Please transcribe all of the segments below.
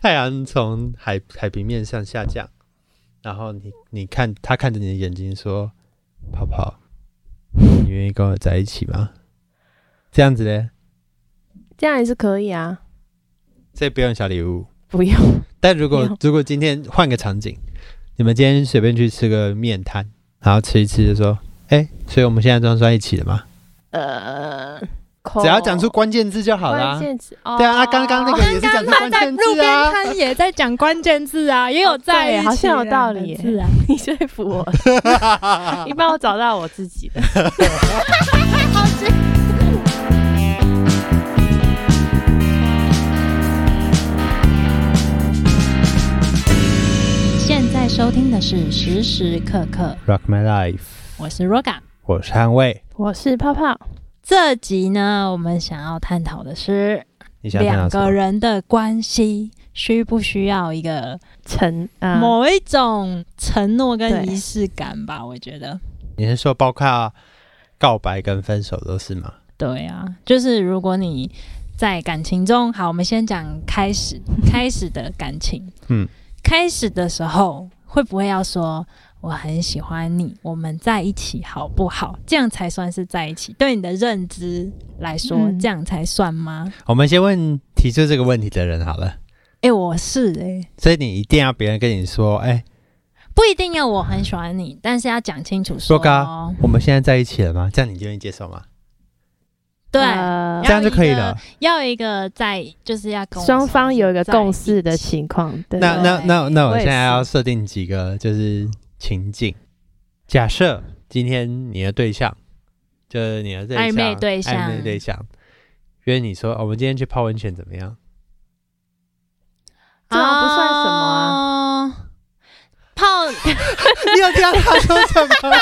太阳从海海平面上下降，然后你你看他看着你的眼睛说：“泡泡，你愿意跟我在一起吗？”这样子嘞，这样也是可以啊，所以不用小礼物。不用。但如果没有如果今天换个场景，你们今天随便去吃个面摊，然后吃一吃就说：“哎、所以我们现在装在一起了吗？” 呃，只要讲出关键字就好啦关。键词，哦对啊，那刚刚那个也是讲出关在键路字边啊。摊也在讲关键字啊，也有在一起哦对好像有道理耶两个字啊。 你说服 我，你帮我找到我自己的。现在收听的是时时刻刻， Rock my life，我是 Roga。我是捍卫。我是泡泡，这集呢，我们想要探讨的是你想看两到什么个？人的关系需不需要一个陈啊，某一种承诺跟对仪式感吧？我觉得，你是说包括告白跟分手都是吗？对啊，就是如果你在感情中，好，我们先讲开始，开始的感情，嗯，开始的时候会不会要说我很喜欢你，我们在一起好不好？这样才算是在一起？对你的认知来说，嗯这样才算吗？我们先问提出这个问题的人好了。诶，我是诶、所以你一定要别人跟你说：“哎、不一定要我很喜欢你，但是要讲清楚说说，啊嘎我们现在在一起了吗？”这样你就愿意接受吗？对，呃要这样就可以一个了。要一个在就是要跟我双方有一个在起共识的情况，对，那那对那那我我也现在是要设定几个就是情境。假设今天你的对象就是你的对象暧昧对象暧昧对象约你说、哦我们今天去泡温泉怎么样？这样不算什么么啊。泡 你有听到他说什 么？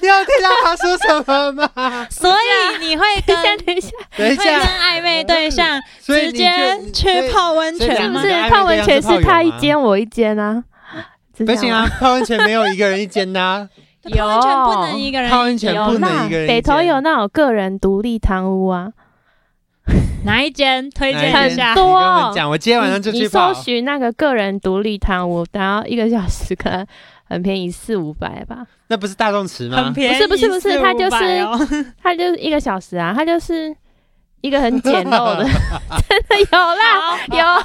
你有听到他说什么吗？所以你会跟 等一下，等一下，等一会跟下，嗯暧昧对象所以直你接就去。泡温所以泉是不吗所以？是泡温泉是他一间我一间啊？是这不样行吗啊，，泡温泉没有一个人一间 呐、泡温泉不能一个人，泡温泉不有能哦那一个人一间北投有那种个人独立堂屋啊，哪一间推哪一荐间一很？下多你跟我们讲，我今天晚上就你去你泡搜。寻那个个人独立堂屋，然后一个小时可能很便宜，四五百吧。那不是大众池吗很？便宜，不是不是不是400它就是哦它就是一个小时啊，它就是一个很简陋 的，真的有啦，好有啦，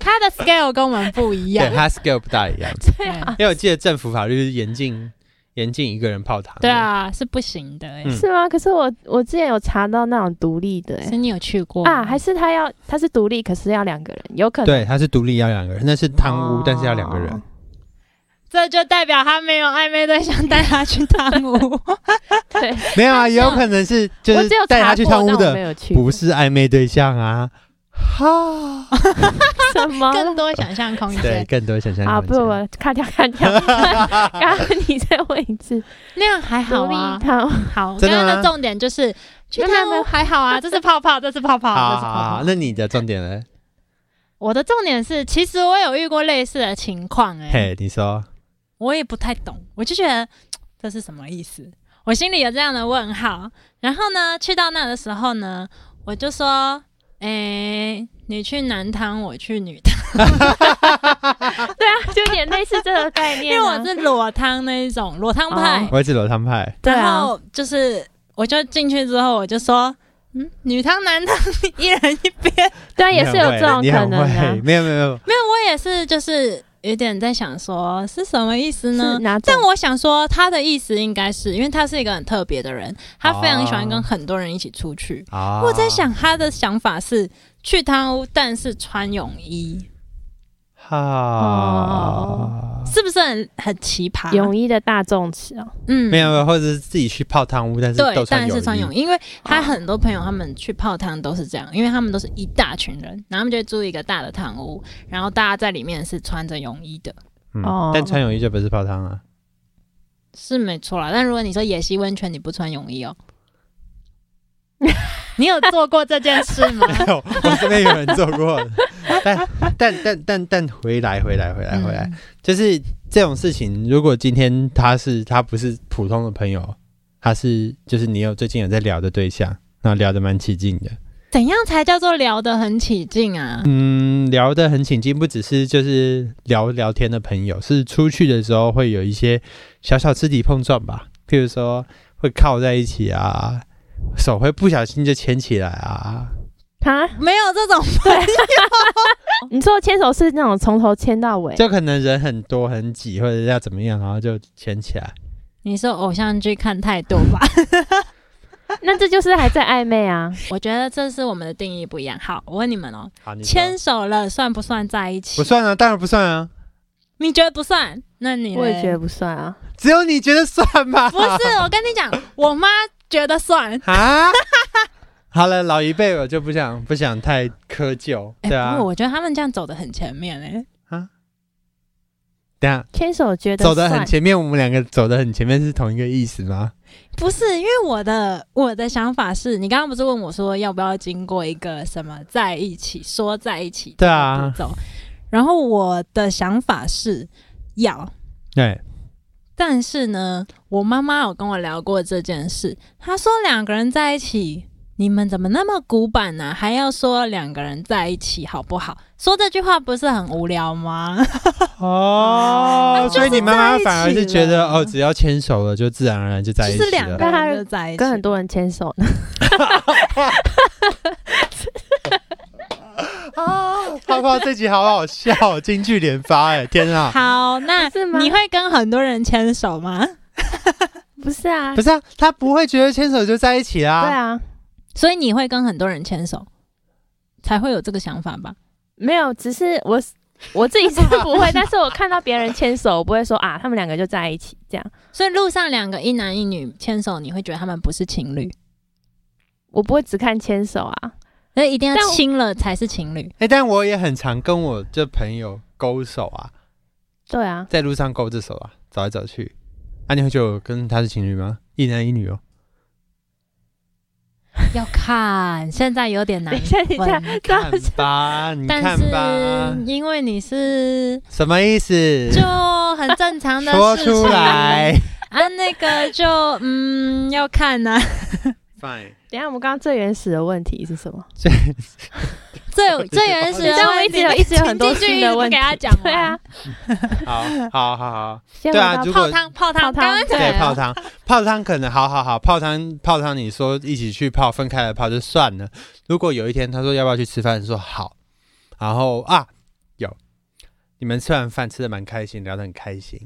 它的 scale 跟我们不一对，样。它 scale 不大一 样，对啊，因为我记得政府法律是严禁严禁一个人泡汤。对，啊，是不行的欸。嗯是吗？可是我我之前有查到那种独立的、欸是，你有去过啊，吗还是他要他是独立，可是要两个人，有可能对，它是独立要两个人，那是汤屋，但是要两个人。哦这就代表他没有暧昧对象带他去汤 屋。对，没有啊，也有可能是就我是只有带查他去过汤屋但我没的，有去不是暧昧对象啊。哈， 什么 更啦。多想象空对，间，更多想象啊空不，间我看掉看 掉，刚刚你再问一次，那样还好独立啊。堂屋好，真刚的吗刚的重点就是去没有汤没屋有还好啊，这是泡泡，这是泡泡，好这是好泡好泡好，。那你的重点呢？我的重点是，其实我有遇过类似的情况，哎，嘿，你说，我也不太懂，我就觉得嘖这是什么意思？我心里有这样的问号。然后呢，去到那的时候呢，我就说，哎，你去男汤，我去女汤， 对啊，就有点类似这个概因念为啊、我是裸汤那一种裸汤派哦。我也是裸汤派，对然啊，后就是我就进去之后，我就说，嗯，女汤男汤 一人一边。 对啊，你也很是有会这种你可很能啊会，，没有没有没有，没有，我也是就是有点在想说是什么意思呢是？哪种但我想说他的意思应该是因为他是一个很特别的人，他非常喜欢哦跟很多人一起出去。啊，我在想他的想法是去汤屋，但是穿泳衣，哈哦，是不是很很奇葩？泳衣的大众池哦，嗯没有，没有，或者是自己去泡汤屋，但是对都，但穿是穿泳泳衣。衣，因为他啊很多朋友他们去泡汤都是这样，因为他们都是一大群人，然后他们就会租一个大的汤屋，然后大家在里面是穿着泳衣的，嗯哦，但穿泳衣就不是泡汤啊。是没错啦。但如果你说野溪温泉，你不穿 泳衣哦，你有做过这件事吗？ 没有，我这边有人做过，但但但但但回来回来回来回来，嗯就是这种事情，如果今天他是他不是普通的朋友，他是就是你有最近有在聊的对象，然后聊得蛮起劲的，怎样才叫做聊得很起劲啊？嗯，聊得很起劲，不只是就是聊聊天的朋友，是出去的时候会有一些小小肢体碰撞吧，譬如说会靠在一起啊，手会不小心就牵起来啊，哈，没有这种， 你说牵手是那种从头牵到尾，就可能人很多很挤或者要怎么样，然后就牵起来。你是偶像剧看太多吧？那这就是还在暧昧啊？ 我觉得这是我们的定义不一样。好，我问你们哦，好，你说牵手了算不算在一起？不，算啊，当然不算啊，你觉得不算？那你我也觉得得不算啊。只有你觉得算吧？不 是。我跟你讲，我妈觉得算。 啊。好了，老一辈我就不想不想太苛求，哎对啊不过。我觉得他们这样走的很前面哎、啊等一下牵手觉得走得算很前面，我们两个走得很前面是同一个意思吗？不是，因为我的我的想法是你刚刚不是问我说要不要经过一个什么在一起说在一起对啊的步骤，然后我的想法是要，对，但是呢，我妈妈有跟我聊过这件事，她说两个人在一起，你们怎么那么古板呢、还要说两个人在一起好不好？说这句话不是很无聊吗？哦啊，所以你妈妈反而是就是在一起觉得了哦，只要牵手了就自然而然就在一起啊就是 两了。个人就在一起跟，很多人牵手呢，啊，泡泡这集好好笑，京剧连发哎，天 啊！好，那不是吗你会跟很多人牵手吗？不是啊？不对是啊，他不会觉得牵手就在一起啦。啊，所以你会跟很多人牵手，才会有这个想法吧？没有，只是我我自己是 不会，但是我看到别人牵手，我不会说啊，他们两个就在一起这样，所以路上两个一男一女牵手，你会觉得他们不是情侣，我不会只看牵手啊。那一定要但我亲了才是情侣。哎、但我也很常跟我这朋友勾手啊，对啊，在路上勾着手啊，走来走去。啊，你会觉得我跟他是情侣吗？一男一女 哦。要看，现在有点难等一下，等一下，分。这样看吧，你看啊但吧，是因为你是什么意思？就很正常的 说事情出来。啊，那个就嗯要看呐、 Fine，等一下，我们刚刚最原始的问题是什么？ 最最原啊始的你知道我们问一直题有一直有很多请进去新的一直问给他讲完对啊，，好，好，好，好。 先对回啊到如果泡汤泡泡汤汤，刚刚对，啊讲泡汤，泡汤可能好好好，泡汤泡汤，你说一起去泡，分开来泡就啊算了。如果有一天他说要不要去吃饭，你说好，然后啊有，你们吃完饭吃的蛮开心，聊得很开心，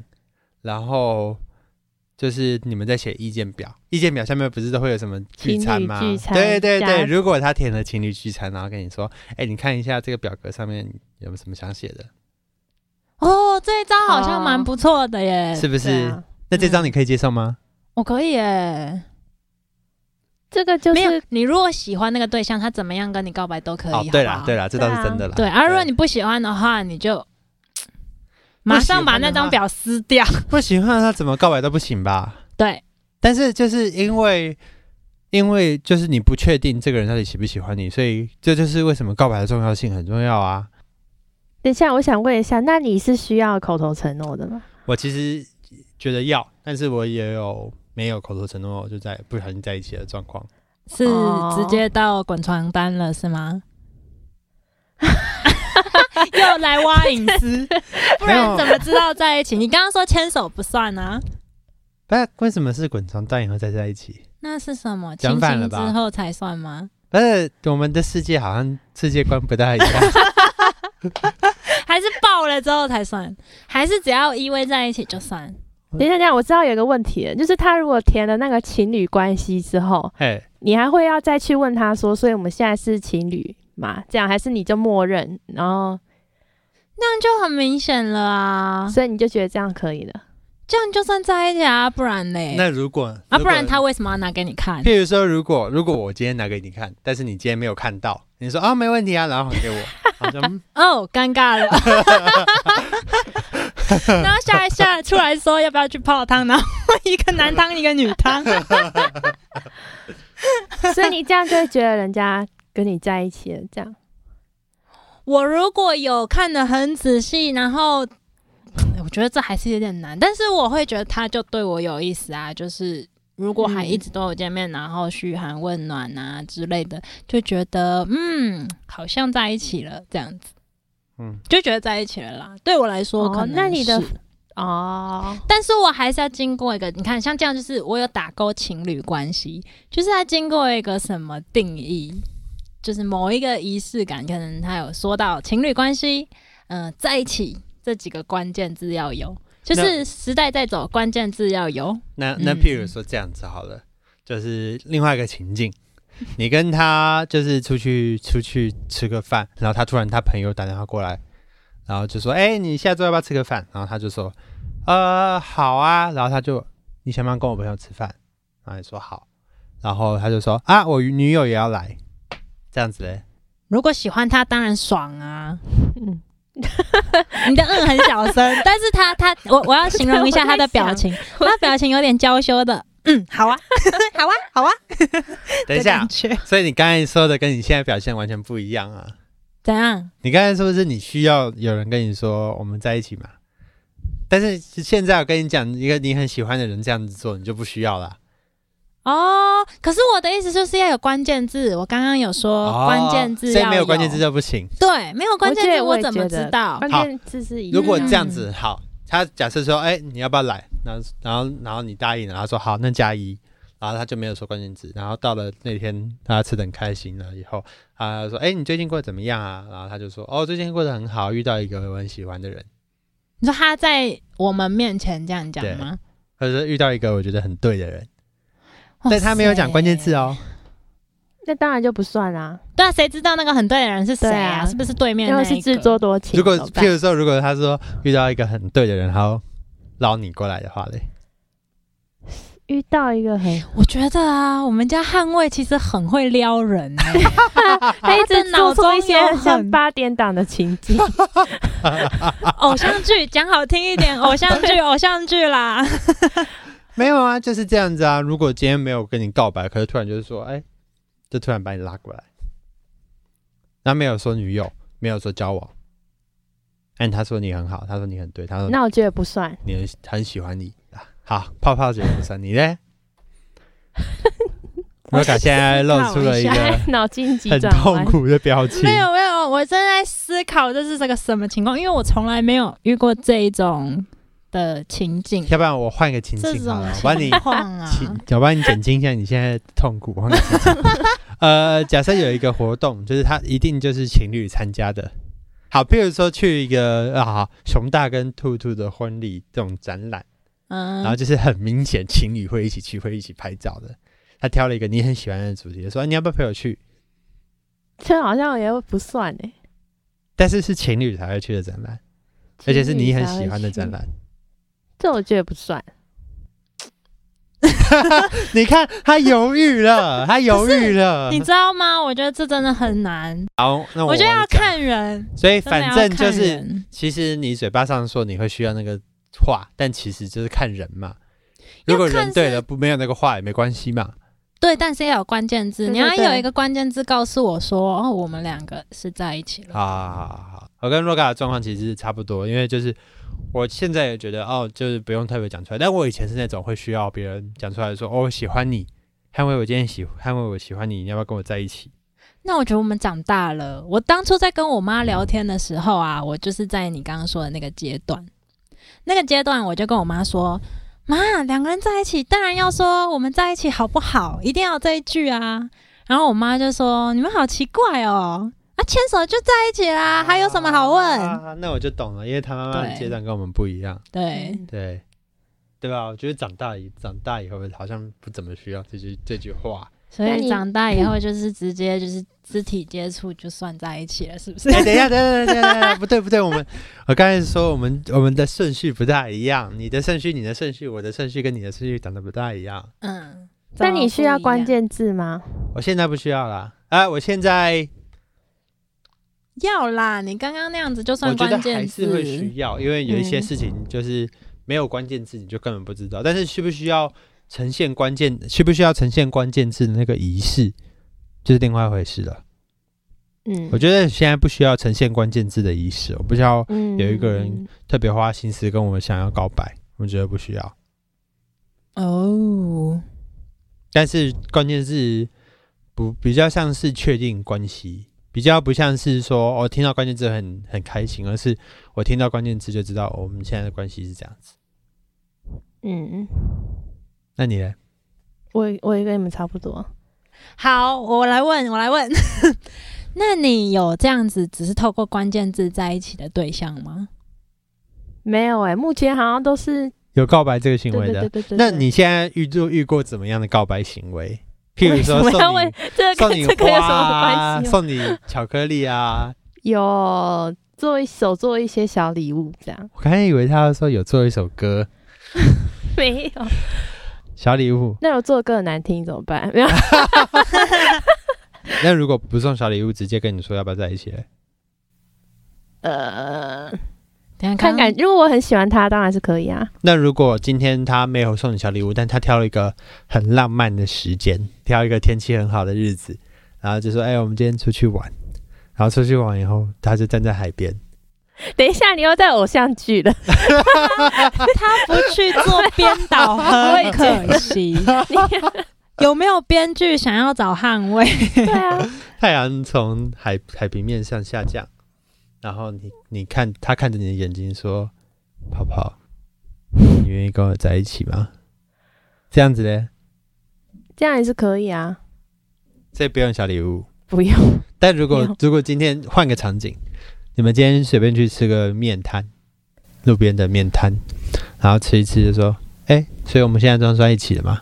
然后就是你们在写意见表，意见表下面不是都会有什么聚餐吗？情侣聚餐对对对，加如果他填了情侣聚餐，然后跟你说，哎，你看一下这个表格上面有没有什么想写的，哦，这一招好像蛮不错的耶，是不是？对啊那这张你可以接受吗？我可以耶。这个就没有是，你如果喜欢那个对象，他怎么样跟你告白都可以。哦，好对不好啦对啦，这倒对是啊真的啦。对啊，如果你不喜欢的话，你就马不喜上欢把那的张话表撕 掉。不喜欢他怎么告白都不行吧？对，但是就是因为，因为就是你不确定这个人到底喜不喜欢你，所以这就是为什么告白的重要性很重要啊。等一下，我想问一下，那你是需要口头承诺的吗？我其实觉得要，但是我也有没有口头承诺就在不小心在一起的状况。是哦直接到滚床单了是 吗？又来挖隐私， 不没有然怎么知道在一起？ 你刚刚说牵手不算啊，但为什么是滚床单以后再在一起？那是 什么？讲亲反了亲之吧后才算吗？但是我们的世界好像世界观不大一样。 还是抱了之后才算？还是只要依偎在一起就算？等一下，等一下，我知道有一个问题了，就是他如果填了那个情侣关系之后，嘿，你还会要再去问他说，所以我们现在是情侣嘛？这样还是你就默认，然后那就很明显了啊！所以你就觉得这样可以了？ 这样就算在一起啊，不然嘞？那如果啊，不然如果他为什么要拿给你看？譬如说，如果如果我今天拿给你看，但是你今天没有看到，你说啊没问题啊，然后还给 我，好像哦，尴 尬了。然后下一下出来说要不要去泡汤，然后一个男汤一个女 汤，所以你这样就会觉得人家跟你在一起了，这样我如果有看得很仔细，然后我觉得这还是有点难，但是我会觉得他就对我有意思啊，就是如果还嗯一直都有见面，然后嘘寒问暖啊之类的，就觉得嗯，好像在一起了这样子，嗯，就觉得在一起了啦。对我来说，哦可能那你的是哦，但是我还是要经过一个，你看像这样，就是我有打勾情侣关系，就是要经过一个什么定义，就是某一个仪式感，可能他有说到情侣关系，嗯、在一起这几个关键字要有，就是时代在走，关键字要有，那那嗯譬如说这样子好了，就是另外一个情境，你跟他就是出去 出去吃个饭，然后他突然他朋友打电话过来，然后就说：“哎、你下周要不要吃个饭？”然后他就说：“呃，好啊。”然后他就你想不想跟我朋友吃饭？然后你说好，然后他就说：“啊，我女友也要来。”这样子嘞，如果喜欢他，当然爽啊。嗯，你的嗯很小声，但是他他我我要形容一下他的表情，他表情有点娇羞的，嗯，好啊， 好啊，好啊。等一的下感，觉所以你刚才说的跟你现在表现完全不一样啊。怎样？你刚才说是你需要有人跟你说我们在一起嘛？但是现在我跟你讲，一个你很喜欢的人这样子做，你就不需要啦。哦，可是我的意思就是要有关键字。我刚刚有说哦关键字哦所要以嗯没有关键字就不行。对，没有关我键觉字得我也怎觉么得知道？关键字是一样的。如果这样子好，他假设说，哎、你要不要来？然后然后然后你答应了，他说好，那加一。然后他就没有说关键字。然后到了那天，他吃的很开心了以后，他说：“哎、你最近过得怎么样啊？”然后他就说：“哦，最近过得很好，遇到一个我很喜欢的人，你说他在我们面前这样讲吗？或者是遇到一个我觉得很对的人。”哇但他没有讲关键字塞。哦。那当然就不算啦，对啊，谁知道那个很对的人是谁对啊？啊是不是对面因那为一是个？自作多情。如果怎么办譬如说，如果他说遇到一个很对的人，然后捞你过来的话嘞，遇到一个很，我觉得啊，我们家汉卫其实很会撩人欸、 他一的直脑脑中中一有些很像八点档的情 景，偶像剧讲好听 一点，偶像剧，偶像剧啦。没有啊，就是这样子啊。如果今天没有跟你告白，可是突然就是说，哎、就突然把你拉过来，然后没有说女友，没有说交往，但他说你很好，他说你很对，他说那我觉得不算。你很很喜欢你啊。好，泡泡姐不算你 嘞。我罗卡现在露出了一个思 考脑筋急很转痛弯，苦的表情。没有没有，我正在思考这是这个什么情况，因为我从来没有遇过这一种的情景。要不然我换个情这境好种了，我帮你情况 啊，请，我帮你减轻一下你现在的痛苦。我帮你减轻 呃，假设有一个活动，就是它一定就是情侣参加的。好，譬如说去一个啊，好熊大跟兔兔的婚礼这种展览，嗯，然后就是很明显情侣会一起去，会一起拍照的。他挑了一个你很喜欢的主题，说、哎你要不要陪我去？这好像也不算哎。但是是情侣才会去的展览，而且是你很喜欢的展真的，览。这我觉得不算。 你看他犹豫了，他犹豫了。你知道吗？我觉得这真的很难，好，那我我觉得往要下讲，看人，所以真的反要正就看是人其实你嘴巴上说你会需要那个话，但其实就是看人嘛。如果要看人对是了，不没有那个话也没关系嘛。对，但是要有关键字，对对你要有对一个关键字告诉我说，哦，我们两个是在一起了。好好好好啊好，我跟 Roga 的状况其实是差不多，因为就是我现在也觉得哦，就是不用特别讲出来，但我以前是那种会需要别人讲出来说哦，我喜欢你，捍卫我今天喜，捍卫我喜欢你，你要不要跟我在一起？那我觉得我们长大了。我当初在跟我妈聊天的时候啊，我就是在你刚刚说的那个阶段，那个阶段我就跟我妈说：“妈，两个人在一起，当然要说我们在一起好不好，一定要有这一句啊。”然后我妈就说：“你们好奇怪哦，啊，牵手就在一起啦，啊还有什么好问？”啊那我就懂了，因为他妈妈的对阶段跟我们不一样，对，嗯对对吧？我觉得长大以长大以后好像不怎么需要这句这句话。所那以你长 大以后就是直接就是肢体接触就算在一起了，是不 是？哎、等一下，等一下，等一下，等一下，不对，不对，我们我刚才说我们我们的顺序不大一样，你的顺序、你的顺序、我的顺序跟你的顺序长得不大一样。嗯，但你需要关怎么啊键字吗？我现在不需要啦，哎、我现在不一样要啦，你刚刚那样子就我算觉得关还键是字，会需要，因为有一些嗯事情就是没有关键字你就根本不知道，但是需不需要呈现关键，需不需要呈现关键字的那个仪式，就是另外一回事了。嗯我觉得现在不需要呈现关键字的仪式，我不需要嗯有一个人特别花心思跟我们想要告白，我觉得不需要。哦，但是关键是不比较像是确定关系，比较不像是说我、哦、听到关键字很很开心，而是我听到关键字就知道、哦我们现在的关系是这样子。嗯，那你呢？我也我也跟你们差不多。好，我来问，我来问。 那你有这样子只是透过关键字在一起的对象吗？没有哎、目前好像都是有告白这个行对为对的？对对对。那对你现在遇就遇过怎么样的告白行为？譬如 为什说么要送问你这个送跟你这个有花什么啊，关系吗？哦送你巧克力啊。 有做一手做一些小礼物这样，我刚才以为他说有做一首歌 没有。小礼物，那我做的歌很难听怎么办？ 没有，那如果不送小礼物，直接跟你说要不要在一起嘞？呃，等一下看刚感，如果我很喜欢他，当然是可以啊。那如果今天他没有送你小礼物，但他挑了一个很浪漫的时间，挑一个天气很好的日子，然后就说：“哎、我们今天出去玩。”然后出去玩以后，他就站在海边，等一下，你又在偶像剧 了，他不去做编导很 可惜。有没有编剧想要找捍卫？ 对啊，太阳从海海平面上下降，然后你你看他看着你的眼睛说：“泡泡，你愿意跟我在一起吗？”这样子嘞，这样也是可以啊，所以不用小礼物。不用。但如果没有如果今天换个场景，你们今天随便去吃个面摊，路边的面摊，然后吃一吃就说，哎、所以我们现在装在一起了吗？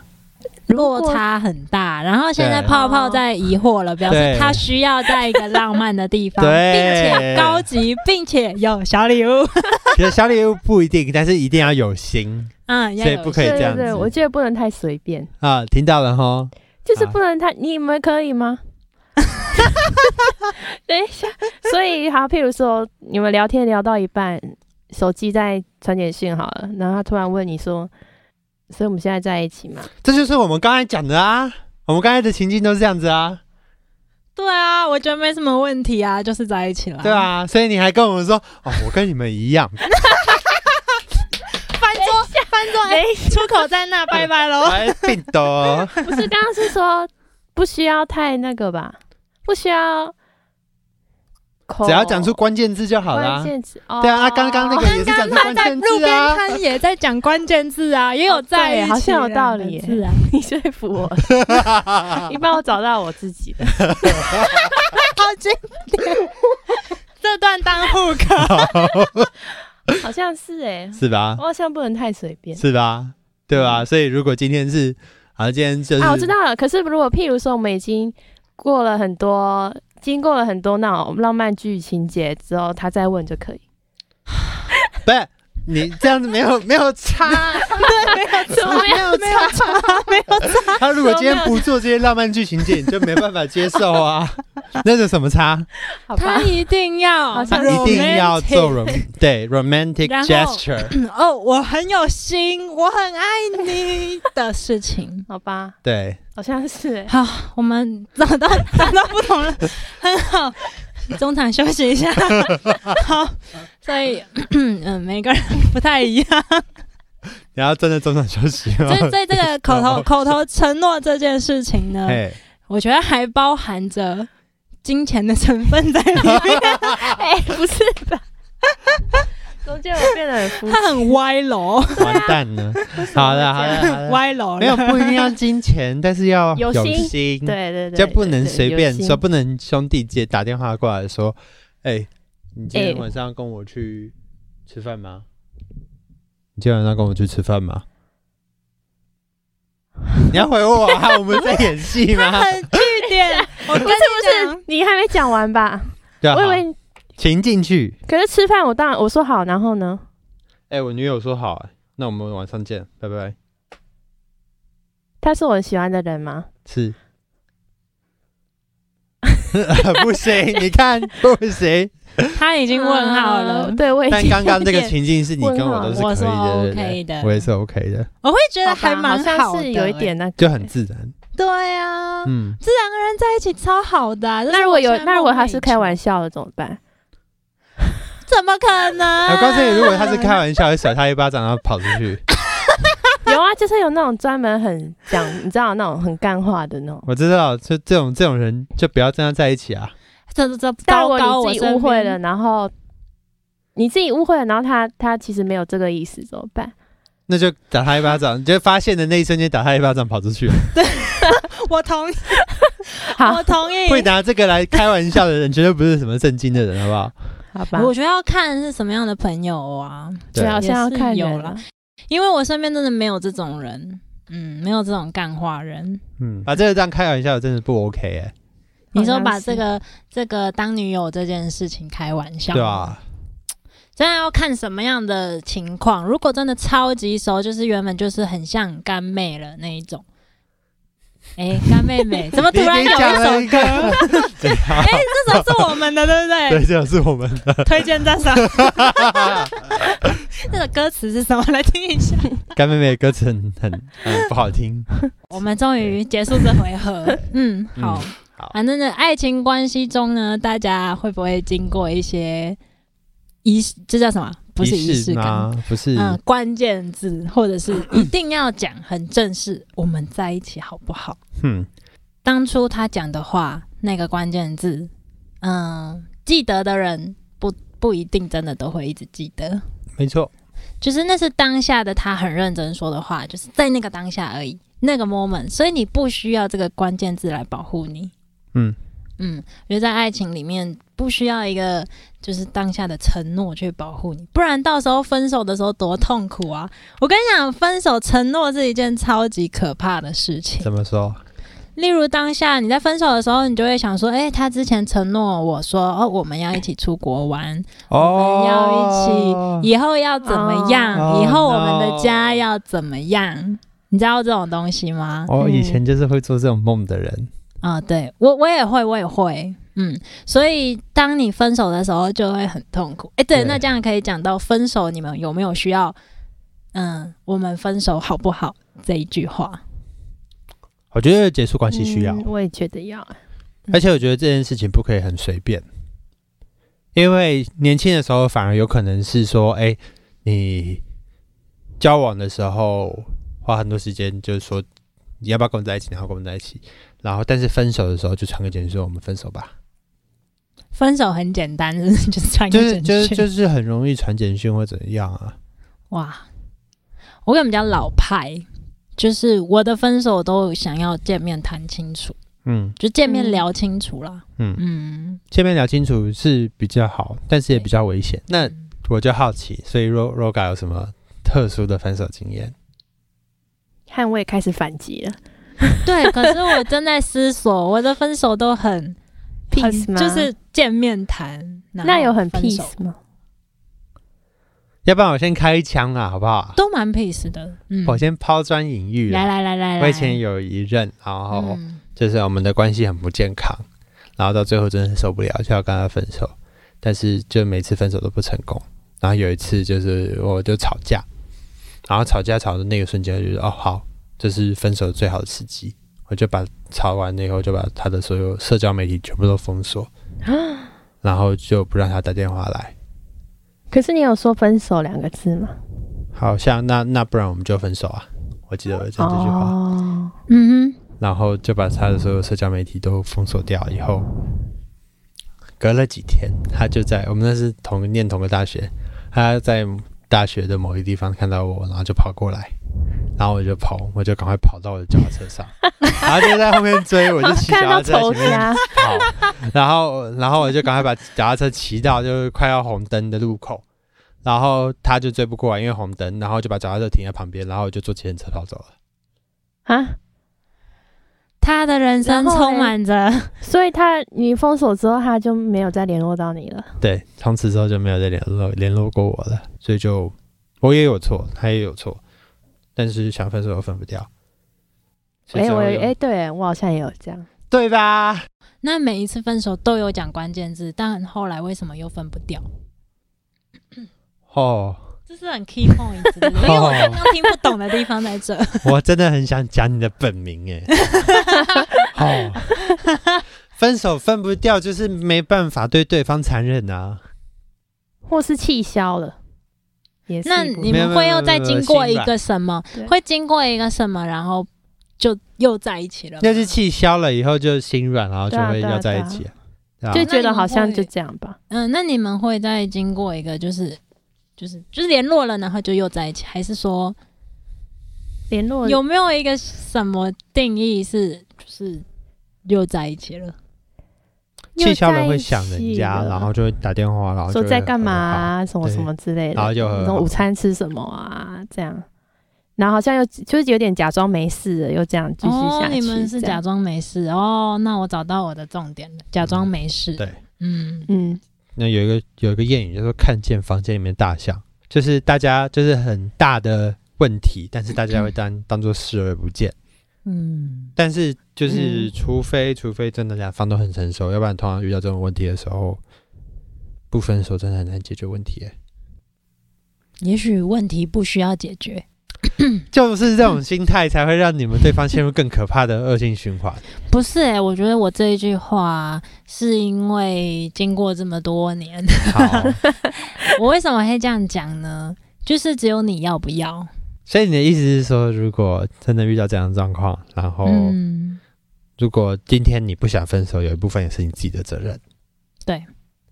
落差很大，然后现在对泡泡在疑惑了，表示啊对他需要在一个浪漫的地方，并对且高级，并且有小礼物。 其实小礼物不一定，但是一定要有心嗯，要所以有不可以一这些样对子对，我觉得不能太随便，啊！听到了吼，啊就是不能太。你们可以吗？ 等一下，所以好，譬如说你们聊天聊到一半，手机在传简讯好了，然后他突然问你说：“所以我们现在在 一起吗这就是我们刚才讲的啊，我们刚才的情境都是这样子啊，对啊，我觉得没什么问题啊，就是在一起了。对，啊，所以你还跟我们说，哦，我跟你们一样，翻桌翻桌，哎，出口在那，拜拜喽。 哎，病毒，？”不是，刚刚是说不需要太那个吧，不需要口，只要讲出关键字就好啦关。键词。对啊，啊刚刚那个也是讲出他关在键路字边啊，摊也在讲关键字啊，也有在一起，哦对好像有道理耶是啊， 你说服 我，你帮我找到我自己的。好经典。这段当 hook，好像是哎、是吧我？好像不能太随便。是吧？对吧？所以如果今天是啊，今天就是嗯啊，我知道了。可是如果譬如说我们已经过了很多，经过了很多那种浪漫剧情节之后，他再问就 可以。不是你这样子没有 没有 差，怎么样？有差。他如果今天不做这些浪漫剧情节，你就没办法接受 啊。那是什么差？ 好吧他，一定要，好他像一定要做 romantic。 rom 对 romantic 然后 gesture，哦，我很有心，我很爱你的事情。好吧，对，好像是、欸。好， 我们找到找到不同了，很好。中场休息一 下。好，所以嗯，每个人不太一样。然后真的中场休息 所以，了。所以这个口头口头承诺这件事情呢，哎，我觉得还包含着金钱的成分在里 面，哎、不是吧？中间我变得很肤浅。它很歪楼，完蛋 了。好的，好的，好的。歪楼没有不一定要金钱，但是要有心心。对对对，就不能随便有心说，不能兄弟姐打电话过来说，哎、你今天哎晚上跟我去吃饭吗？你今天晚上跟我去吃饭吗？你要回我啊？我 们在演戏吗？ 很据 点。我跟你不讲是，你还没讲 完吧？对啊，我以好为，请进去。可是吃饭我当然我说好，然后呢？哎、我女友说好、哎那我们晚上见，拜拜。他是我很喜欢的人吗？是。不行，你看不行。他已经问号了啊， 对，我已但经刚刚这个有点情境是你跟我都是可嗯我以说哦的，对不对 OK 的，我也是 OK 的，我会觉得好吧还蛮好的像是有一点那个就很自然。欸。对啊，嗯，这两个人在一起超好的啊。那如果有，那如果他是开笑，玩笑的怎么办？ 怎么可能？哎我告诉你，如果他是开玩笑，会甩他一巴掌，然后跑出去。 有啊，他就是有那种专门很讲，你知道那种很干话的那种。我知道，就这种这种人就不要跟他在一起啊。这这这但糟如糕，果我你自己身误会边了，然后你自己误会了，然后他他其实没有这个意思，怎么办？那就打他一巴掌，你就发现的那一瞬间打他一巴掌跑出去。我同意，好我，同意。会拿这个来开玩笑的人，绝对不是什么正经的人，好不好？好吧，我觉得要看是什么样的朋友啊，主对要是要看有人啦啊。因为我身边真的没有这种人，嗯，没有这种干话人。嗯，把这个当开玩笑真的不 OK 哎、你说好像把是这个这个当女友这件事情开玩笑，对啊，真的要看什么样的情况。如果真的超级熟，就是原本就是很像干妹了那一种。哎、 干 妹妹，怎么突然有你讲了一一首个啊歌？ 哎、这首是我们的，对不对？对，这就是我 们 的推荐大赏。那个歌词是什么？ 来听一下。干妹妹的歌词很很、嗯、不好听。我们终于结束这回合。嗯，好。嗯好反正呢，爱情关系中呢，大家会不会经过一些仪式？这叫什么？ 不是仪式感。吗？不是，嗯，关键字或者是一定要讲很正式，我们在一起好不好？嗯，当初他讲的话，那个关键字，嗯，记得的人不不一定真的都会一直记得。没错，就是那是当下的他很认真说的话，就是在那个当下而已，那个 moment，所以你不需要这个关键字来保护你。嗯嗯，我觉得在爱情里面不需要一个就是当下的承诺去保护你，不然到时候分手的时候多痛苦啊！我跟你讲，分手承诺是一件超级可怕的事情。怎么说？例如当下你在分手的时候，你就会想说，哎、他之前承诺我说，哦，我们要一起出国玩，我们要一起，以后要怎么样？嗯哦以后我 no 们的家要怎么样？你知道这种东西 吗？我、哦以前就是会做这种梦的人，啊、对我我也会，我也会，嗯。所以当你分手的时候，就会很痛苦。哎，对，对那这样可以讲到分手，你们有没有需要？嗯，我们分手好不好？这一句话，我觉得结束关系需要，嗯我也觉得要。而且我觉得这件事情不可以很随便，因为年轻的时候反而有可能是说，哎、你交往的时候花很多时间，就是说你要不要跟我在一起，然后跟我在一起，然后但是分手的时候就传个简讯说我们分手吧，分手很简单， 就是就是传个就是简就是讯。就是很容易传简讯或怎样啊，哇，我可能比较老派，就是我的分手都想要见面谈清楚。嗯就见面嗯聊清楚啦。嗯，嗯，见面聊清楚是比较好，但是也比较危险。那我就好奇，所以嗯 Ro Roga 有什么特殊的分手经验？捍卫开始反击了对，可是我正在思索，我的分手都很很，peace 吗？就是见面谈，然后那有很啊分手 peace 吗？要不然我先开枪啊，好不好？都蛮 peace 的。嗯，我先抛砖引玉来啦。来来来来，我以前有一任，然后嗯就是我们的关系很不健康，然后到最后真的受不了，就要跟他分手，但是就每次分手都不成功。然后有一次就是我就吵架，然后吵架吵的那个瞬间，我就觉得哦好，这是分手最好的时机，我就把吵完了以后就把他的所有社交媒体全部都封锁， 然后就不让他打电话来。可是你有说分手两个字吗？好像那那不然我们就分手啊！我记得我有讲这句话。哦，嗯哼，然后就把他的所有社交媒体都封锁掉。以后隔了几天，他就在我们那是同个念同个大学，他在大学的某一个地方看到我，然后就跑过来，然后我就跑，我就赶快跑到我的脚踏车 上，然后就在后面追，我就骑脚看踏到车在仇前面家，跑，然后然后我就赶快把脚踏车骑到就是快要红灯的路口。然后他就追不过来，因为红灯，然后就把脚踏车停在旁边，然后我就坐骑车跑走了。啊！他的人生然后嘞充满着所以他你封锁之后，他就没有再联络到你了。对，从此之后就没有再联络联络过我了，所以就我也有错，他也有错，但是想分手又分不掉。所哎、以最我后有就哎、对我好像也有这样，对吧？那每一次分手都有讲关键字，但后来为什么又分不掉？哦，这是很 key point，的因为我刚刚听不懂的地方在这。我真的很想讲你的本名 哎。哦，分手分不掉就是没办法对对方残忍啊。或是气消了，也是那一部你没有们会又再经过没有没有没有一心个什么对？会经过一个什么？然后就又在一起了吗？要是气消了以后就心软，然后就啊会对啊对啊要在一对啊起啊。对啊就那觉你得们好像会就这样吧。嗯，那你们会再经过一个就是就是就是联络了，然后就又在一起，还是说联络有没有一个什么定义是就是又在一起了？又气消了在会一想人起家，了然后就会打电话，然后说就在会干嘛和好啊，什么对什么之类的，然后就和什么好午餐吃什么啊，这样，然后好像又就是有点假装没事了，又这样继续哦下，去。你们是这样假装没事哦，那我找到我的重点了，假装没事。对，嗯，嗯，那有一个有一个谚语叫做“看见房间里面的大象”，就是大家就是很大的问题，但是大家会当当做视而不见。嗯，但是就是嗯除非、除非真的两方都很成熟，要不然通常遇到这种问题的时候，不分手真的很难解决问题耶。也许问题不需要解决，就是这种心态才会让你们对方陷入更可怕的恶性循环。不是哎、我觉得我这一句话是因为经过这么多年， 好，我为什么会这样讲呢？就是只有你要不要，所以你的意思是说，如果真的遇到这样的状况，然后嗯，如果今天你不想分手，有一部分也是你自己的责任。对，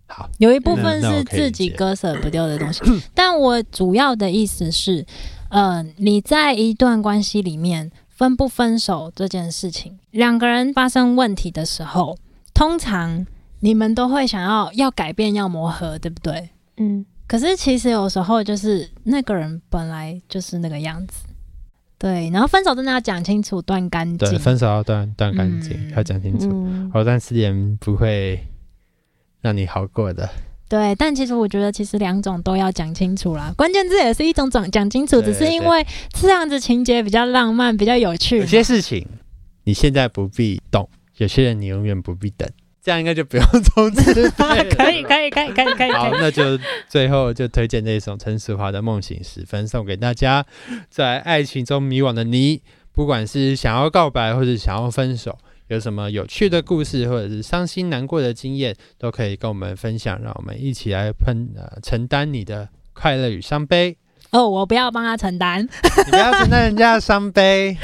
好，有一部分那那是我可以自己理解割舍不掉的 东西，但我主要的意思是，呃，你在一段关系里面分不分手这件事情，两个人发生问题的时候，通常你们都会想要要改变、要磨合，对不对？嗯，可是其实有时候就是那个人本来就是那个样子，对。然后分手真的要讲清楚，断干净对，。分手要断断干净，嗯要讲清楚。嗯，藕断丝连不会让你好过的。对，但其实我觉得其实两种都要讲清楚啦。关键字也是一种讲讲清楚，对只是因对为这样子情节比较浪漫，比较有趣有嘛。 些事情你现在不必动，有些人你永远不必等。这样应该就不用 终 止啊 可以，可以，可以，可以，可以， 好，可以。那就最后就推荐这首陈淑桦的《梦醒时分》送给大家，在爱情中迷惘的你，不管是想要告白或者想要分手，有什么有趣的故事或者是伤心难过的经验，都可以跟我们分享，让我们一起来分呃承担你的快乐与伤 悲。哦，我不要帮他承担。你不要承担人家的伤悲。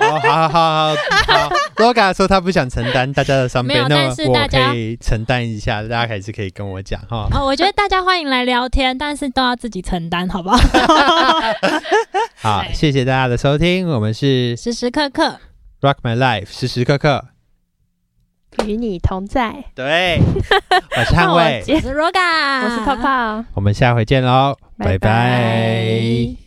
哦，好好好好好。罗嘎说他不想承担大家的伤悲没有，那但是大我家可以承担一下，大家还是可以跟我讲哈。哦，我觉得大家欢迎来聊天，但是都要自己承担，好 不好？好，对谢谢大家的收听，我们是时时刻刻， Rock My Life，时时刻刻。与你同在，对， 我是那捍我卫，接我是 Roga，我是泡泡，我们下回见喽，拜拜拜